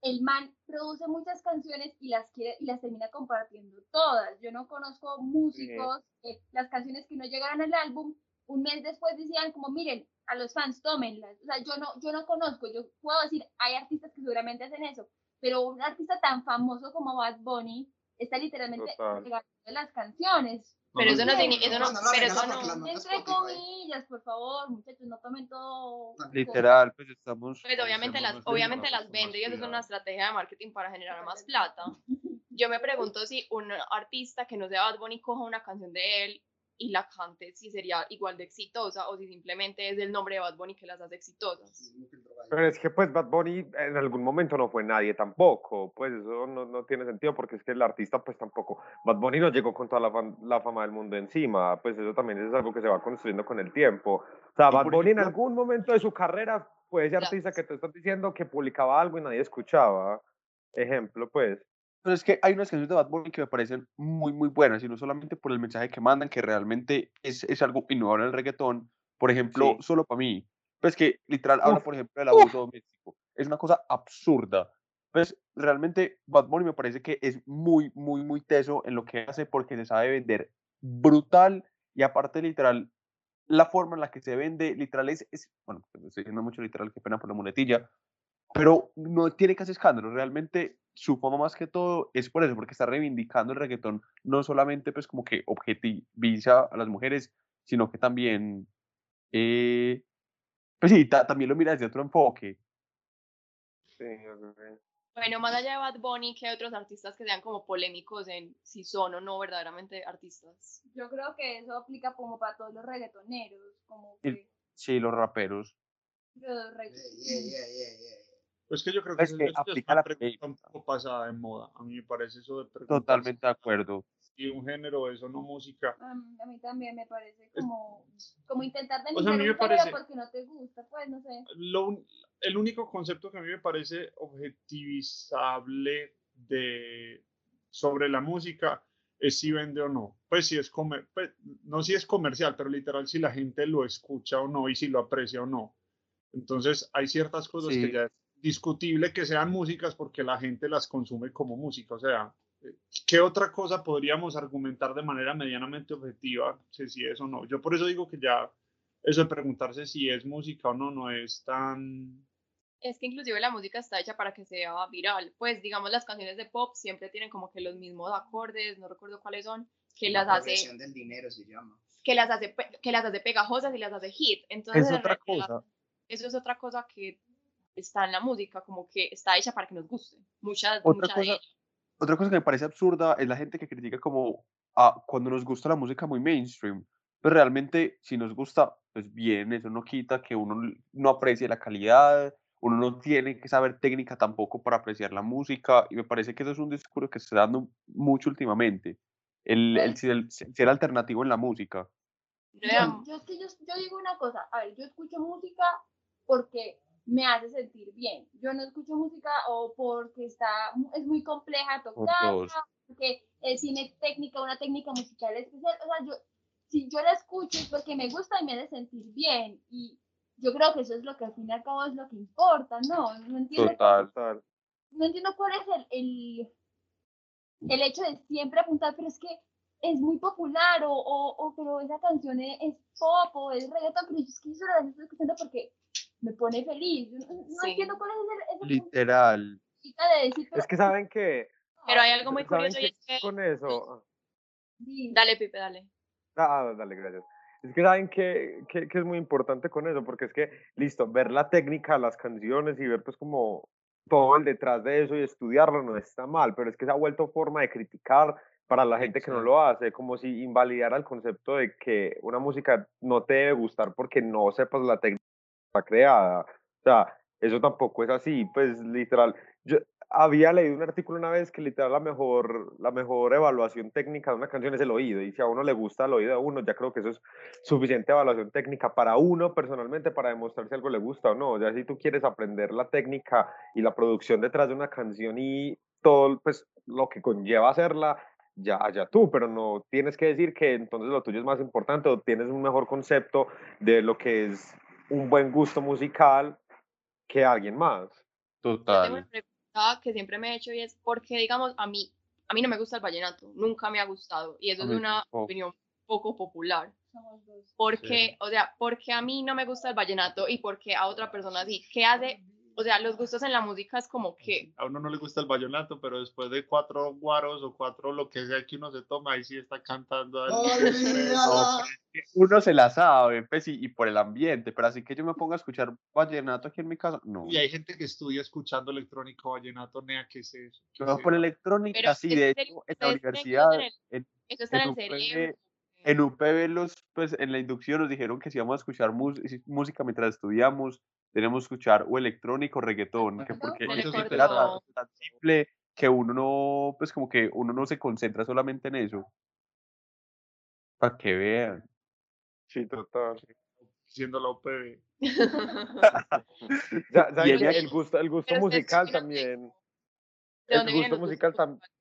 Speaker 9: el man produce muchas canciones y las quiere y las termina compartiendo todas. Yo no conozco músicos que las canciones que no llegaron al álbum un mes después decían como miren a los fans tómenlas. O sea, yo no yo no conozco. Yo puedo decir hay artistas que seguramente hacen eso, pero un artista tan famoso como Bad Bunny está literalmente
Speaker 6: Total.
Speaker 9: regalando las canciones.
Speaker 5: Pero eso no
Speaker 9: no,
Speaker 5: significa, eso
Speaker 1: no,
Speaker 5: no,
Speaker 1: no la
Speaker 5: pero
Speaker 1: regala
Speaker 5: eso
Speaker 1: porque la
Speaker 5: no.
Speaker 1: nota
Speaker 9: Entre
Speaker 1: Spotify.
Speaker 9: comillas, por favor, muchachos, no tomen todo.
Speaker 1: Tan
Speaker 8: Literal, pues estamos.
Speaker 5: Pues obviamente las, obviamente las vende y eso es una estrategia de marketing para generar más plata. Yo me pregunto si un artista que no sea Bad Bunny coja una canción de él y la cante, si sería igual de exitosa o si simplemente es el nombre de Bad Bunny que las hace exitosas.
Speaker 6: Pero es que pues Bad Bunny en algún momento no fue nadie tampoco, pues eso no, no tiene sentido porque es que el artista pues tampoco, Bad Bunny no llegó con toda la, fam- la fama del mundo encima, pues eso también es algo que se va construyendo con el tiempo. O sea,
Speaker 8: Y,
Speaker 6: Bad
Speaker 8: por
Speaker 6: Bunny en
Speaker 8: ejemplo-
Speaker 6: algún momento de su carrera fue ese
Speaker 5: Claro.
Speaker 6: artista que te estás diciendo que publicaba algo y nadie escuchaba, ejemplo pues.
Speaker 8: Pero es que hay unas canciones de Bad Bunny que me parecen muy, muy buenas, y no solamente por el mensaje que mandan, que realmente es, es algo innovador en el reggaetón. Por ejemplo,
Speaker 6: Sí.
Speaker 8: solo para mí, pues que literal habla, por ejemplo, del abuso doméstico. Es una cosa absurda. Pues realmente Bad Bunny me parece que es muy, muy, muy teso en lo que hace porque se sabe vender brutal y aparte literal, pues, la forma en la que se vende, literal es, es- bueno, estoy diciendo mucho literal, qué pena por la muletilla, pero no tiene casi escándalo. Realmente, supongo más que todo es por eso, porque está reivindicando el reggaetón, no solamente pues como que objetiviza a las mujeres, sino que también, eh, pues sí, ta- también lo mira desde otro enfoque.
Speaker 6: Sí, yo creo que-
Speaker 5: Bueno, más allá de Bad Bunny, ¿qué otros artistas que sean como polémicos en si son o no verdaderamente artistas?
Speaker 9: Yo creo que eso aplica como para todos los reggaetoneros, como
Speaker 8: El-
Speaker 9: que
Speaker 8: Sí, los raperos.
Speaker 9: los
Speaker 1: Yeah,
Speaker 9: reggaetoneros.
Speaker 1: yeah, yeah, yeah, yeah.
Speaker 10: Pues que yo creo que,
Speaker 8: Es
Speaker 10: eso-
Speaker 8: que
Speaker 10: eso ya es
Speaker 8: aplica
Speaker 10: una
Speaker 8: la
Speaker 10: pregunta un poco pasada de moda. A mí me parece eso de preguntar
Speaker 8: Totalmente de acuerdo.
Speaker 10: si un género es o no música.
Speaker 9: A mí, a mí también me parece como, como intentar
Speaker 10: mí
Speaker 9: denunciar
Speaker 10: me
Speaker 9: un
Speaker 10: parece-
Speaker 9: género porque no te gusta, pues no sé.
Speaker 10: Lo un- el único concepto que a mí me parece objetivizable de, sobre la música es si vende o no. Pues si es comer, pues, no si es comercial, pero literal si la gente lo escucha o no y si lo aprecia o no. Entonces hay ciertas cosas
Speaker 8: Sí.
Speaker 10: que ya es discutible que sean músicas porque la gente las consume como música. O sea, eh, ¿qué otra cosa podríamos argumentar de manera medianamente objetiva si sí es o no? Yo por eso digo que ya eso de preguntarse si es música o no, no es tan...
Speaker 5: Es que inclusive la música está hecha para que sea viral. Pues digamos las canciones de pop siempre tienen como que los mismos acordes, no recuerdo cuáles son, que
Speaker 1: La
Speaker 5: las hace
Speaker 1: progresión del dinero se llama.
Speaker 5: que las hace pe- que las hace pegajosas y las hace hit. Entonces
Speaker 8: Es
Speaker 5: en
Speaker 8: otra
Speaker 5: realidad,
Speaker 8: cosa.
Speaker 5: Eso es otra cosa que está en la música, como que está hecha para que nos guste. Mucha,
Speaker 8: Otra
Speaker 5: mucha de
Speaker 8: cosa- Otra cosa que me parece absurda es la gente que critica como ah, cuando nos gusta la música muy mainstream. Pero realmente, si nos gusta, pues bien, eso no quita que uno l- no aprecie la calidad, uno no tiene que saber técnica tampoco para apreciar la música. Y me parece que eso es un discurso que se está dando mucho últimamente. El, el ser- el ser alternativo en la música.
Speaker 5: Yo
Speaker 9: Yo,
Speaker 5: era-
Speaker 9: yo, es que yo, yo digo una cosa, a ver, yo escucho música porque me hace sentir bien. Yo no escucho música o porque está, es muy compleja tocarla,
Speaker 8: todos.
Speaker 9: porque eh, tiene técnica, una técnica musical especial. O sea, yo, si yo la escucho es porque me gusta y me hace sentir bien. Y yo creo que eso es lo que al fin y al cabo es lo que importa, ¿no? No entiendo
Speaker 8: Total.
Speaker 6: Total.
Speaker 9: no entiendo cuál es el, el, el hecho de siempre apuntar, pero es que es muy popular o, o, o pero esa canción es, es pop o es reggaetón, pero yo es que eso la estoy escuchando porque me pone feliz. Yo No, no
Speaker 5: Sí.
Speaker 9: entiendo cuál es el, ese punto
Speaker 8: Literal.
Speaker 9: de decir, pero,
Speaker 6: Es que saben que.
Speaker 5: Pero hay algo muy
Speaker 6: ¿saben
Speaker 5: curioso y
Speaker 6: qué
Speaker 5: es que...
Speaker 6: Con eso.
Speaker 9: sí,
Speaker 5: Dale, Pipe, dale.
Speaker 6: Ah, dale, gracias. Es que saben que, que, que es muy importante con eso, porque es que, listo, ver la técnica de las canciones y ver pues como todo el detrás de eso y estudiarlo no está mal, pero es que se ha vuelto forma de criticar para la gente que no lo hace, como si invalidara el concepto de que una música no te debe gustar porque no sepas la técnica que está creada. O sea, eso tampoco es así, pues literal. Yo había leído un artículo una vez que literal la mejor, la mejor evaluación técnica de una canción es el oído, y si a uno le gusta el oído a uno, ya creo que eso es suficiente evaluación técnica para uno personalmente para demostrar si algo le gusta o no. Ya si tú quieres aprender la técnica y la producción detrás de una canción y todo pues lo que conlleva hacerla, ya, ya tú, pero no tienes que decir que entonces lo tuyo es más importante o tienes un mejor concepto de lo que es un buen gusto musical que alguien más.
Speaker 5: Yo tengo una
Speaker 8: Total.
Speaker 5: pregunta que siempre me he hecho y es por qué, digamos, a mí, a mí no me gusta el vallenato, nunca me ha gustado y eso
Speaker 8: A
Speaker 5: es
Speaker 8: mí
Speaker 5: una
Speaker 8: tampoco.
Speaker 5: opinión poco popular.
Speaker 9: somos dos.
Speaker 5: Porque, o sea, porque a mí no me gusta el vallenato y porque a otra persona sí. ¿Qué hace? O sea, los gustos en la música es como que
Speaker 10: A uno no le gusta el vallenato, pero después de cuatro guaros o cuatro lo que sea que uno se toma, ahí sí está cantando. al- [LAUGHS]
Speaker 1: Olvídala.
Speaker 8: Uno se la sabe, pues, y, y por el ambiente, pero así que yo me ponga a escuchar vallenato aquí en mi casa, no.
Speaker 10: Y hay gente que estudia escuchando electrónico vallenato, nea, que se...
Speaker 8: Yo me pongo
Speaker 5: Pero
Speaker 8: electrónica,
Speaker 5: es
Speaker 8: sí,
Speaker 5: que
Speaker 8: de
Speaker 5: es el-
Speaker 8: hecho, en la
Speaker 5: ustedes creen que
Speaker 8: universidad,
Speaker 5: usan el-
Speaker 8: en,
Speaker 5: eso está en el
Speaker 8: en UPB,
Speaker 5: cerebro.
Speaker 8: en UPB, los, pues, en la inducción nos dijeron que si vamos a escuchar mus- si- música mientras estudiamos, tenemos que escuchar o electrónico o reggaetón, que
Speaker 9: Ajá.
Speaker 8: porque
Speaker 5: Se
Speaker 8: es
Speaker 5: le
Speaker 8: tan,
Speaker 5: cortó.
Speaker 8: tan simple que uno no, pues, como que uno no se concentra solamente en eso. Para que vean.
Speaker 6: Sí, total.
Speaker 10: Siendo la OPB.
Speaker 6: Ya-
Speaker 8: Y
Speaker 6: ¿saben
Speaker 8: ella-
Speaker 6: qué? el gusto, el gusto
Speaker 5: e Pero ustedes
Speaker 6: musical
Speaker 5: opinan que-
Speaker 6: también.
Speaker 5: [LAUGHS] ¿De
Speaker 6: el
Speaker 5: dónde
Speaker 6: gusto
Speaker 5: vienen los gustos
Speaker 6: musical tam-
Speaker 5: musicales?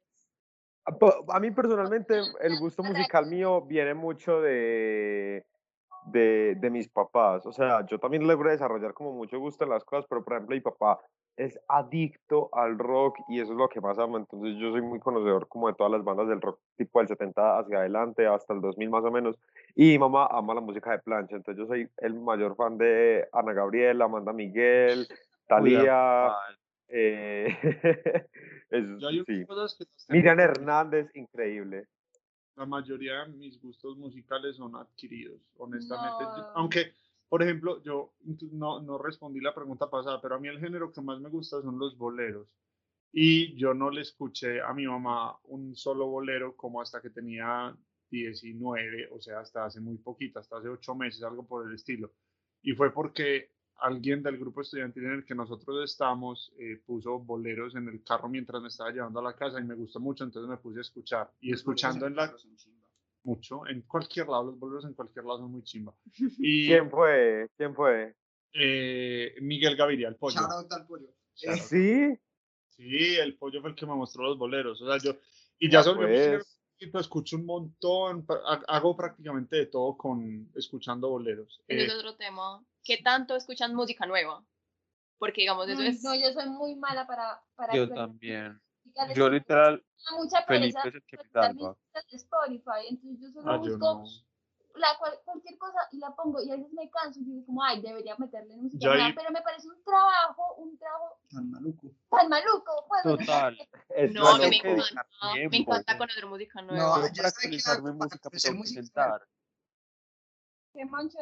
Speaker 6: A Ah, po- a mí personalmente el gusto
Speaker 9: Atrás.
Speaker 6: musical mío viene mucho de, de, de mis papás. O sea, yo también logré desarrollar como mucho gusto en las cosas, pero por ejemplo mi papá es adicto al rock y eso es lo que más amo. Entonces yo soy muy conocedor como de todas las bandas del rock, tipo del 70 hacia adelante, hasta el 2000 más o menos. Y mi mamá ama la música de plancha, entonces yo soy el mayor fan de Ana Gabriela, Amanda Miguel, Talía, eh, [LAUGHS] es-
Speaker 10: Ya hay unas
Speaker 6: sí.
Speaker 10: cosas que nos
Speaker 6: Miriam
Speaker 10: tenemos-
Speaker 6: Hernández, increíble.
Speaker 10: la mayoría de mis gustos musicales son adquiridos, honestamente. Yo-
Speaker 9: No.
Speaker 10: aunque, por ejemplo, yo inclu- no, no respondí la pregunta pasada, pero a mí el género que más me gusta son los boleros. Y yo no le escuché a mi mamá un solo bolero como hasta que tenía 19, o sea, hasta hace muy poquito, hasta hace 8 meses, algo por el estilo. Y fue porque alguien del grupo estudiantil en el que nosotros estamos eh, puso boleros en el carro mientras me estaba llevando a la casa y me gustó mucho, entonces me puse a escuchar. Y [LAUGHS] escuchando en la, mucho. En cualquier lado, los boleros en cualquier lado son muy
Speaker 1: [LAUGHS]
Speaker 10: chimba. Y
Speaker 6: ¿Quién fue? ¿Quién fue?
Speaker 10: eh, Miguel Gaviria, el pollo.
Speaker 1: Shout out eh. al pollo.
Speaker 10: Shout out.
Speaker 6: Sí.
Speaker 10: Sí, el pollo fue el que me mostró los boleros. O sea, yo, y ya se volvió mi género
Speaker 6: pues,
Speaker 10: favorito, escucho un montón, pa- ha- hago prácticamente de todo con escuchando boleros.
Speaker 5: Ese
Speaker 10: Eh,
Speaker 5: es otro tema. ¿Qué tanto escuchan música nueva? Porque, digamos, eso
Speaker 9: Ay,
Speaker 5: es.
Speaker 9: No, yo soy muy mala para. para
Speaker 8: Yo
Speaker 9: actualizar
Speaker 8: también.
Speaker 9: musicales.
Speaker 8: Yo literal,
Speaker 9: Me da mucha
Speaker 8: Felipe
Speaker 9: pereza
Speaker 8: es el que me
Speaker 9: actualizar mis
Speaker 8: salva.
Speaker 9: listas de Spotify, entonces yo solo
Speaker 10: ah, yo
Speaker 9: busco
Speaker 10: no.
Speaker 9: la cual- cualquier cosa y la pongo y a veces me canso y digo como, ay, debería meterle música
Speaker 10: Ya
Speaker 9: nueva",
Speaker 10: ahí-
Speaker 9: pero me parece un trabajo, un trabajo
Speaker 1: Tan maluco.
Speaker 9: tan maluco. Pues,
Speaker 8: Total.
Speaker 6: es
Speaker 5: No,
Speaker 6: bueno
Speaker 5: a mí me
Speaker 6: que-
Speaker 8: dedicar
Speaker 5: encanta. ah, Me
Speaker 8: tiempo.
Speaker 5: encanta conocer música
Speaker 1: No,
Speaker 5: nueva.
Speaker 1: ya
Speaker 8: Yo para
Speaker 1: sé que
Speaker 8: actualizarme
Speaker 1: para
Speaker 8: música me
Speaker 1: conocer
Speaker 8: tengo que
Speaker 1: música.
Speaker 8: sentar.
Speaker 9: Qué mancho.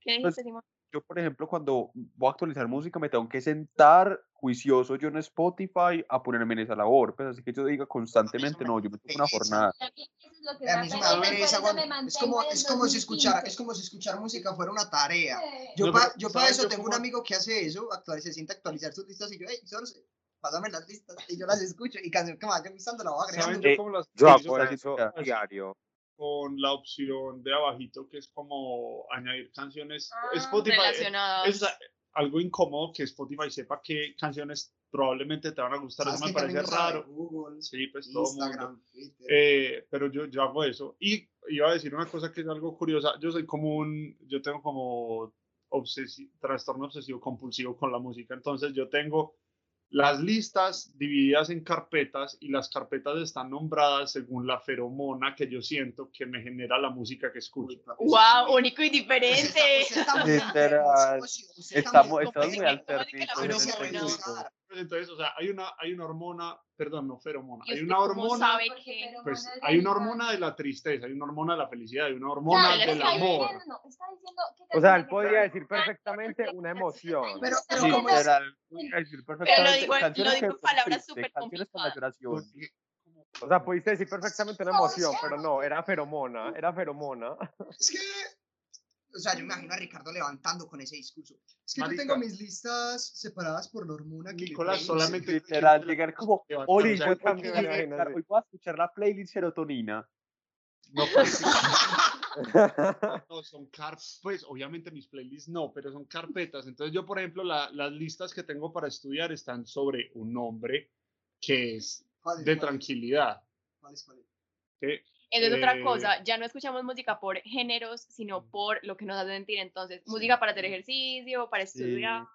Speaker 5: ¿Qué
Speaker 8: Pues-
Speaker 5: dijiste, Simón?
Speaker 8: Yo, por ejemplo, cuando voy a actualizar música, me tengo que sentar juicioso yo en Spotify a ponerme en esa labor. Pues así que yo diga constantemente, no, yo me tengo una
Speaker 1: pereza.
Speaker 8: jornada.
Speaker 9: Y a mí eso es lo que
Speaker 1: Eh, A
Speaker 9: da
Speaker 1: mí sí me
Speaker 9: pereza,
Speaker 1: da
Speaker 9: y
Speaker 1: pereza,
Speaker 9: por eso
Speaker 1: Juan.
Speaker 9: me
Speaker 1: Es como,
Speaker 9: mantengo en
Speaker 1: es como si escuchar, es
Speaker 9: 2015.
Speaker 1: como si escuchar música fuera una tarea.
Speaker 9: Sí.
Speaker 1: Yo,
Speaker 10: No,
Speaker 1: pa-
Speaker 10: pero,
Speaker 1: yo para
Speaker 10: ¿sabes
Speaker 1: eso
Speaker 10: yo
Speaker 1: tengo un
Speaker 10: cómo-
Speaker 1: amigo que hace eso, actual, se sienta a actualizar sus listas y yo, hey, Sorce, pásame las listas y yo las escucho y canción que me vaya gustando la voy
Speaker 10: ¿Saben
Speaker 1: agregando.
Speaker 10: yo
Speaker 8: Eh,
Speaker 10: cómo las
Speaker 8: Sí,
Speaker 6: Yo hago
Speaker 8: eso está
Speaker 10: actualizo?
Speaker 6: eso
Speaker 8: significado.
Speaker 6: diario.
Speaker 10: Con la opción de abajito que es como añadir canciones.
Speaker 9: Ah,
Speaker 10: Spotify, eh,
Speaker 5: Relacionadas.
Speaker 10: es a- algo incómodo que Spotify sepa qué canciones probablemente te van a gustar.
Speaker 1: Sabes
Speaker 10: Eso me
Speaker 1: que también
Speaker 10: parece
Speaker 1: lo sabe
Speaker 10: raro.
Speaker 1: Google,
Speaker 10: Sí, pues todo el mundo.
Speaker 1: Instagram, Twitter.
Speaker 10: Eh, pero yo, yo hago eso. Y iba a decir una cosa que es algo curiosa. Yo soy como un, yo tengo como obsesi- trastorno obsesivo compulsivo con la música. Entonces yo tengo las listas divididas en carpetas y las carpetas están nombradas según la feromona que yo siento que me genera la música que
Speaker 1: Uy,
Speaker 10: escucho.
Speaker 1: papi,
Speaker 5: ¡Wow!
Speaker 1: usted-
Speaker 5: Único y
Speaker 1: usted
Speaker 5: diferente.
Speaker 1: está- usted está muy
Speaker 8: Literal.
Speaker 1: socio, usted está
Speaker 8: Estamos,
Speaker 1: muy
Speaker 8: estamos muy
Speaker 5: complejo,
Speaker 8: al
Speaker 5: marica, la
Speaker 1: Usted se
Speaker 5: feromona.
Speaker 1: arriesga.
Speaker 10: Pues entonces, o sea, hay una, hay una hormona, perdón, no feromona,
Speaker 5: ¿Y
Speaker 10: hay
Speaker 5: usted
Speaker 10: una
Speaker 5: cómo
Speaker 10: hormona,
Speaker 5: sabe
Speaker 9: Porque
Speaker 5: que-
Speaker 9: feromonas
Speaker 10: pues
Speaker 9: de
Speaker 10: hay una
Speaker 9: igual.
Speaker 10: hormona de la tristeza, hay una hormona de la felicidad, hay una
Speaker 9: Claro,
Speaker 10: hormona
Speaker 5: Dale,
Speaker 10: del
Speaker 9: está
Speaker 10: amor.
Speaker 9: diciendo- no, está diciendo que
Speaker 6: O sea, él
Speaker 9: canciones
Speaker 6: podría
Speaker 9: son
Speaker 6: decir perfectamente
Speaker 9: importantes,
Speaker 6: una
Speaker 9: que
Speaker 6: emoción.
Speaker 1: Pero-
Speaker 9: canciones
Speaker 1: pero
Speaker 9: son
Speaker 1: como es-
Speaker 9: importantes.
Speaker 8: Literal, voy a decir perfectamente,
Speaker 5: digo en- lo
Speaker 8: canciones que
Speaker 5: digo en
Speaker 8: son
Speaker 5: palabras
Speaker 8: tristes,
Speaker 5: súper
Speaker 8: canciones con
Speaker 5: complicadas.
Speaker 8: la lloración.
Speaker 6: O sea, pudiste decir perfectamente una emoción, pero no, era feromona, era feromona.
Speaker 1: Es que, o sea, yo me imagino a Ricardo levantando con ese discurso. Es que
Speaker 10: Marica.
Speaker 1: yo tengo mis listas separadas por la hormona que me
Speaker 10: Nicolás,
Speaker 1: produce.
Speaker 10: solamente
Speaker 8: Literal, llegar como, Ori,
Speaker 10: Levantarse
Speaker 8: yo
Speaker 10: a
Speaker 8: también voy
Speaker 10: cualquier
Speaker 8: a
Speaker 6: hora.
Speaker 8: escuchar- hoy voy a escuchar la playlist serotonina.
Speaker 10: No, pues, [LAUGHS] no, son carpetas, pues obviamente mis playlists no, pero son carpetas. Entonces yo, por ejemplo, la- las listas que tengo para estudiar están sobre un hombre que es
Speaker 1: ¿Cuál es,
Speaker 10: de
Speaker 1: cuál es,
Speaker 10: tranquilidad.
Speaker 1: cuál es, cuál es?
Speaker 10: ¿sí?
Speaker 5: Entonces, otra
Speaker 10: Eh,
Speaker 5: cosa, ya no escuchamos música por géneros, sino por lo que nos hace sentir. Entonces, música para hacer ejercicio, para estudiar,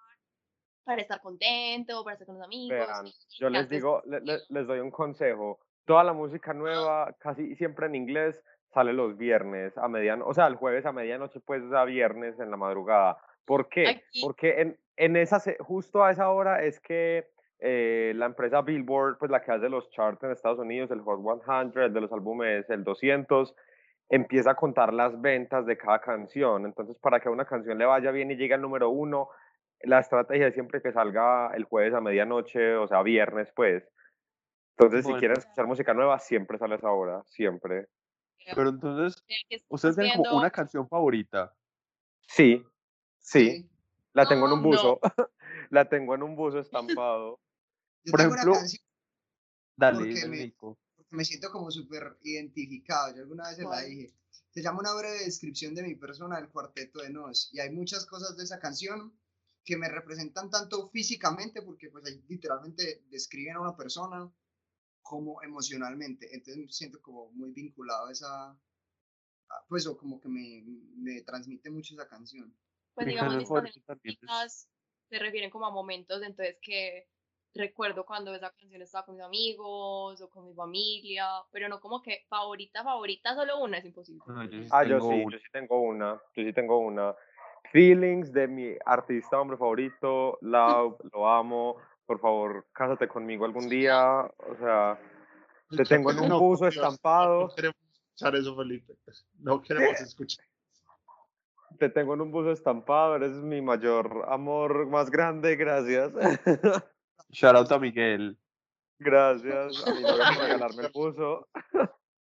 Speaker 5: para estar contento, para estar con los amigos.
Speaker 6: Vean, yo les
Speaker 5: Antes-
Speaker 6: digo, le- le- les doy un consejo. Toda la música nueva, casi siempre en inglés, sale los viernes a medianoche, o sea, el jueves a medianoche, pues a viernes en la madrugada. ¿Por qué?
Speaker 5: Aquí-
Speaker 6: Porque en, en esa, se- justo a esa hora es que eh, la empresa Billboard, pues la que hace los charts en Estados Unidos, el Hot 100 de los álbumes, el 200, empieza a contar las ventas de cada canción. Entonces, para que a una canción le vaya bien y llegue al número uno, la estrategia es siempre que salga el jueves a medianoche, o sea, viernes, pues. Entonces,
Speaker 8: Bueno.
Speaker 6: si quieren escuchar música nueva, siempre sale a esa hora, siempre.
Speaker 8: Pero entonces,
Speaker 5: eh, que estás
Speaker 8: ustedes tienen como
Speaker 5: viendo-
Speaker 8: una canción favorita.
Speaker 6: Sí, sí, la tengo en un
Speaker 5: No, no.
Speaker 6: buzo, [LAUGHS] la tengo en un buzo estampado.
Speaker 1: Yo
Speaker 8: Por
Speaker 1: tengo
Speaker 8: ejemplo-
Speaker 1: una canción
Speaker 8: Dale,
Speaker 1: Porque
Speaker 8: dale,
Speaker 1: me-
Speaker 8: Nico.
Speaker 1: porque me siento como súper identificado. Yo alguna vez se la
Speaker 5: ¿Cuál?
Speaker 1: dije. Se llama Una breve descripción de mi persona, el cuarteto de Nos. Y hay muchas cosas de esa canción que me representan tanto físicamente, porque pues ahí literalmente describen a una persona, como emocionalmente. Entonces me siento como muy vinculado a esa... a- Pues o como que me, me transmite mucho esa canción.
Speaker 5: Pues
Speaker 8: Mi
Speaker 5: digamos,
Speaker 8: canción
Speaker 5: mis
Speaker 8: favorita
Speaker 5: canciones
Speaker 8: también pues. es-
Speaker 5: favoritas se refieren como a momentos, entonces que recuerdo cuando esa canción estaba con mis amigos o con mi familia, pero no como que
Speaker 8: Mm.
Speaker 5: favorita, favorita, solo una es imposible.
Speaker 8: No, yo sí
Speaker 6: Ah, yo
Speaker 8: tengo
Speaker 6: sí,
Speaker 8: una.
Speaker 6: yo sí tengo una, yo sí tengo una. Feelings de mi artista
Speaker 8: [LAUGHS]
Speaker 6: hombre favorito, Lau, lo amo, por favor, cásate conmigo algún día, o sea, te tengo en un
Speaker 10: No,
Speaker 6: buzo
Speaker 10: Dios,
Speaker 6: estampado.
Speaker 10: No queremos escuchar eso, Felipe. No
Speaker 6: [LAUGHS]
Speaker 10: queremos escuchar.
Speaker 6: Te tengo en un buzo estampado, eres mi mayor amor, más grande, gracias. [LAUGHS]
Speaker 8: Shout out a Miguel.
Speaker 6: gracias a mi novia por regalarme el
Speaker 8: [LAUGHS]
Speaker 6: buzo.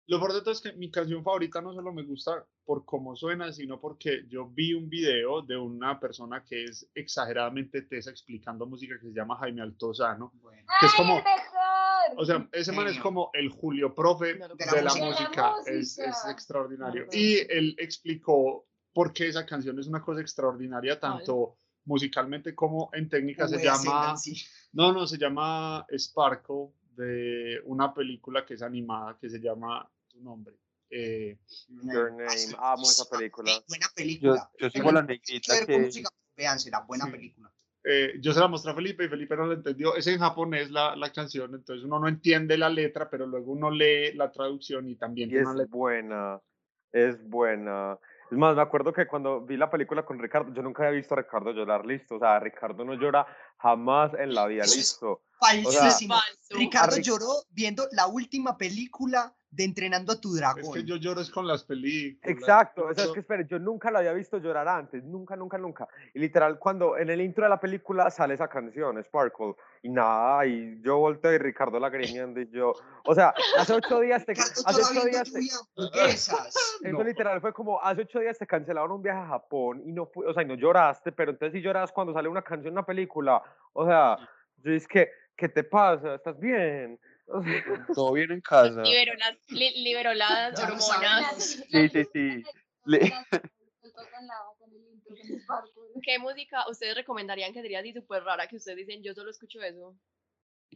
Speaker 10: Lo por es que mi canción favorita no solo me gusta por cómo suena, sino porque yo vi un video de una persona que es exageradamente tesa explicando música que se llama Jaime Altozano.
Speaker 1: Bueno,
Speaker 10: Que es
Speaker 9: ¡Ay,
Speaker 10: como-
Speaker 9: el mejor!
Speaker 10: O sea, ese man es
Speaker 1: Genio.
Speaker 10: como el Julio Profe
Speaker 5: No lo
Speaker 10: de
Speaker 1: conozco.
Speaker 10: la
Speaker 1: De la
Speaker 10: música. Es,
Speaker 9: música.
Speaker 10: es extraordinario.
Speaker 5: No lo
Speaker 10: Y
Speaker 5: conozco.
Speaker 10: él explicó por qué esa canción es una cosa extraordinaria, tanto musicalmente como en técnica. Se
Speaker 1: V
Speaker 10: llama...
Speaker 1: ascendancy.
Speaker 10: No, no, se llama Sparkle, de una película que es animada, que se llama Tu Nombre. Eh,
Speaker 6: Your Name, amo esa película.
Speaker 1: Eh, Buena
Speaker 8: Yo,
Speaker 1: película.
Speaker 8: yo sigo a
Speaker 1: Que
Speaker 8: la
Speaker 1: ver
Speaker 8: negrita
Speaker 1: con
Speaker 8: que.
Speaker 1: música, véansela, buena
Speaker 10: Sí.
Speaker 1: película.
Speaker 10: eh, yo se la mostré a Felipe y Felipe no la entendió. Es en japonés la, la canción, entonces uno no entiende la letra, pero luego uno lee la traducción y también
Speaker 6: Y
Speaker 10: tiene
Speaker 6: es
Speaker 10: una letra.
Speaker 6: buena, es buena. Es más, me acuerdo que cuando vi la película con Ricardo, yo nunca había visto a Ricardo llorar, listo. O sea, Ricardo no llora jamás en la
Speaker 8: [LAUGHS]
Speaker 6: vida,
Speaker 1: Eso es
Speaker 6: listo.
Speaker 1: Falsísimo.
Speaker 5: Falso.
Speaker 1: Ricardo
Speaker 6: Ric-
Speaker 1: lloró viendo la última película de Entrenando a tu
Speaker 10: Es
Speaker 1: dragón.
Speaker 10: que yo lloro es con las películas.
Speaker 6: Exacto,
Speaker 10: Yo
Speaker 6: o sea, es
Speaker 10: lloro-
Speaker 6: que espere, yo nunca la había visto llorar antes, nunca, nunca, nunca. Y literal, cuando en el intro de la película sale esa canción, Sparkle, y nada, y yo volteo y Ricardo lagrimeando y yo, o sea, hace ocho días te,
Speaker 1: Ricardo
Speaker 6: hace
Speaker 1: lloraba
Speaker 6: ocho
Speaker 1: viendo
Speaker 6: días te,
Speaker 1: lluvia de
Speaker 10: [LAUGHS]
Speaker 1: hamburguesas.
Speaker 6: Eso
Speaker 10: No.
Speaker 6: literal fue como, hace ocho días te cancelaron un viaje a Japón y no, pu- o sea, y no lloraste, pero entonces si lloras cuando sale una canción, una película, o sea, yo es que, ¿qué te pasa? ¿Estás bien? O sea,
Speaker 8: Todo bien en casa.
Speaker 5: Liberó las, li- liberó las
Speaker 1: Ya lo
Speaker 5: hormonas.
Speaker 1: sabes.
Speaker 8: Sí, sí, sí. Le-
Speaker 9: [LAUGHS]
Speaker 5: ¿Qué música ustedes recomendarían que sería así súper rara que ustedes dicen, yo solo escucho eso?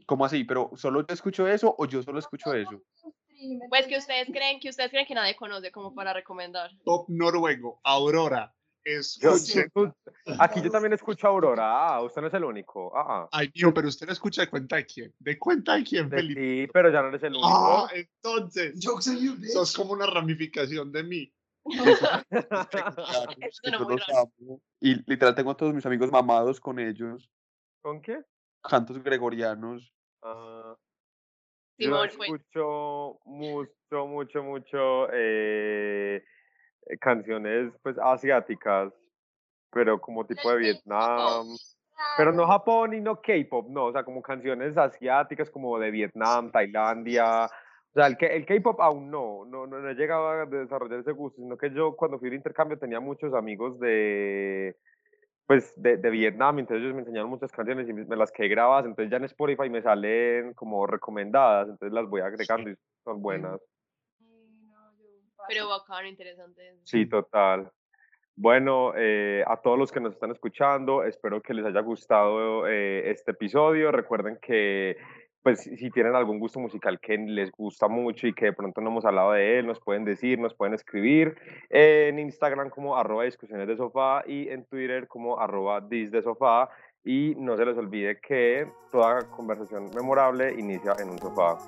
Speaker 8: ¿Cómo así? ¿Pero solo yo escucho eso o yo solo escucho eso?
Speaker 5: Pues que ustedes creen que ustedes creen que nadie conoce como para recomendar.
Speaker 10: Top noruego, Aurora. Es
Speaker 6: yo-
Speaker 1: sí.
Speaker 6: yo- aquí yo también escucho a Aurora, ah, usted no es el único, ah, ah.
Speaker 10: Ay, mío, pero usted no escucha de cuenta de quién. ¿De cuenta de quién,
Speaker 6: De
Speaker 10: Felipe?
Speaker 6: ti, pero ya no eres el único.
Speaker 10: Ah, entonces,
Speaker 1: Jokes on you, bitch.
Speaker 10: sos como una ramificación de mí.
Speaker 8: Claro,
Speaker 5: Eso
Speaker 8: es que
Speaker 5: suena
Speaker 8: yo
Speaker 5: muy
Speaker 8: los
Speaker 5: raro.
Speaker 8: amo. Y literal tengo a todos mis amigos mamados con ellos.
Speaker 6: [LAUGHS] ¿Con qué?
Speaker 8: Cantos gregorianos.
Speaker 6: Ah, yo
Speaker 5: Simón, pues,
Speaker 6: escucho mucho, mucho, mucho eh, eh, canciones, pues, asiáticas, pero como tipo de Vietnam. Pero no Japón y no K-pop, no, o sea, como canciones asiáticas como de Vietnam, Tailandia. O sea, el, que- el K-pop aún no, no, no, no he llegado a desarrollar ese gusto, sino que yo cuando fui al intercambio tenía muchos amigos de, pues, de, de Vietnam, entonces ellos me enseñaron muchas canciones y me me las que grabadas, entonces ya en Spotify me salen como recomendadas, entonces las voy agregando y son buenas.
Speaker 5: pero bacano, interesante. eso.
Speaker 6: Sí, total. Bueno, eh, a todos los que nos están escuchando, espero que les haya gustado eh, este episodio. Recuerden que, pues, si si tienen algún gusto musical que les gusta mucho y que de pronto no hemos hablado de él, nos pueden decir, nos pueden escribir en Instagram como arroba discusiones de sofá y en Twitter como arroba dis de sofá. Y no se les olvide que toda conversación memorable inicia en un sofá.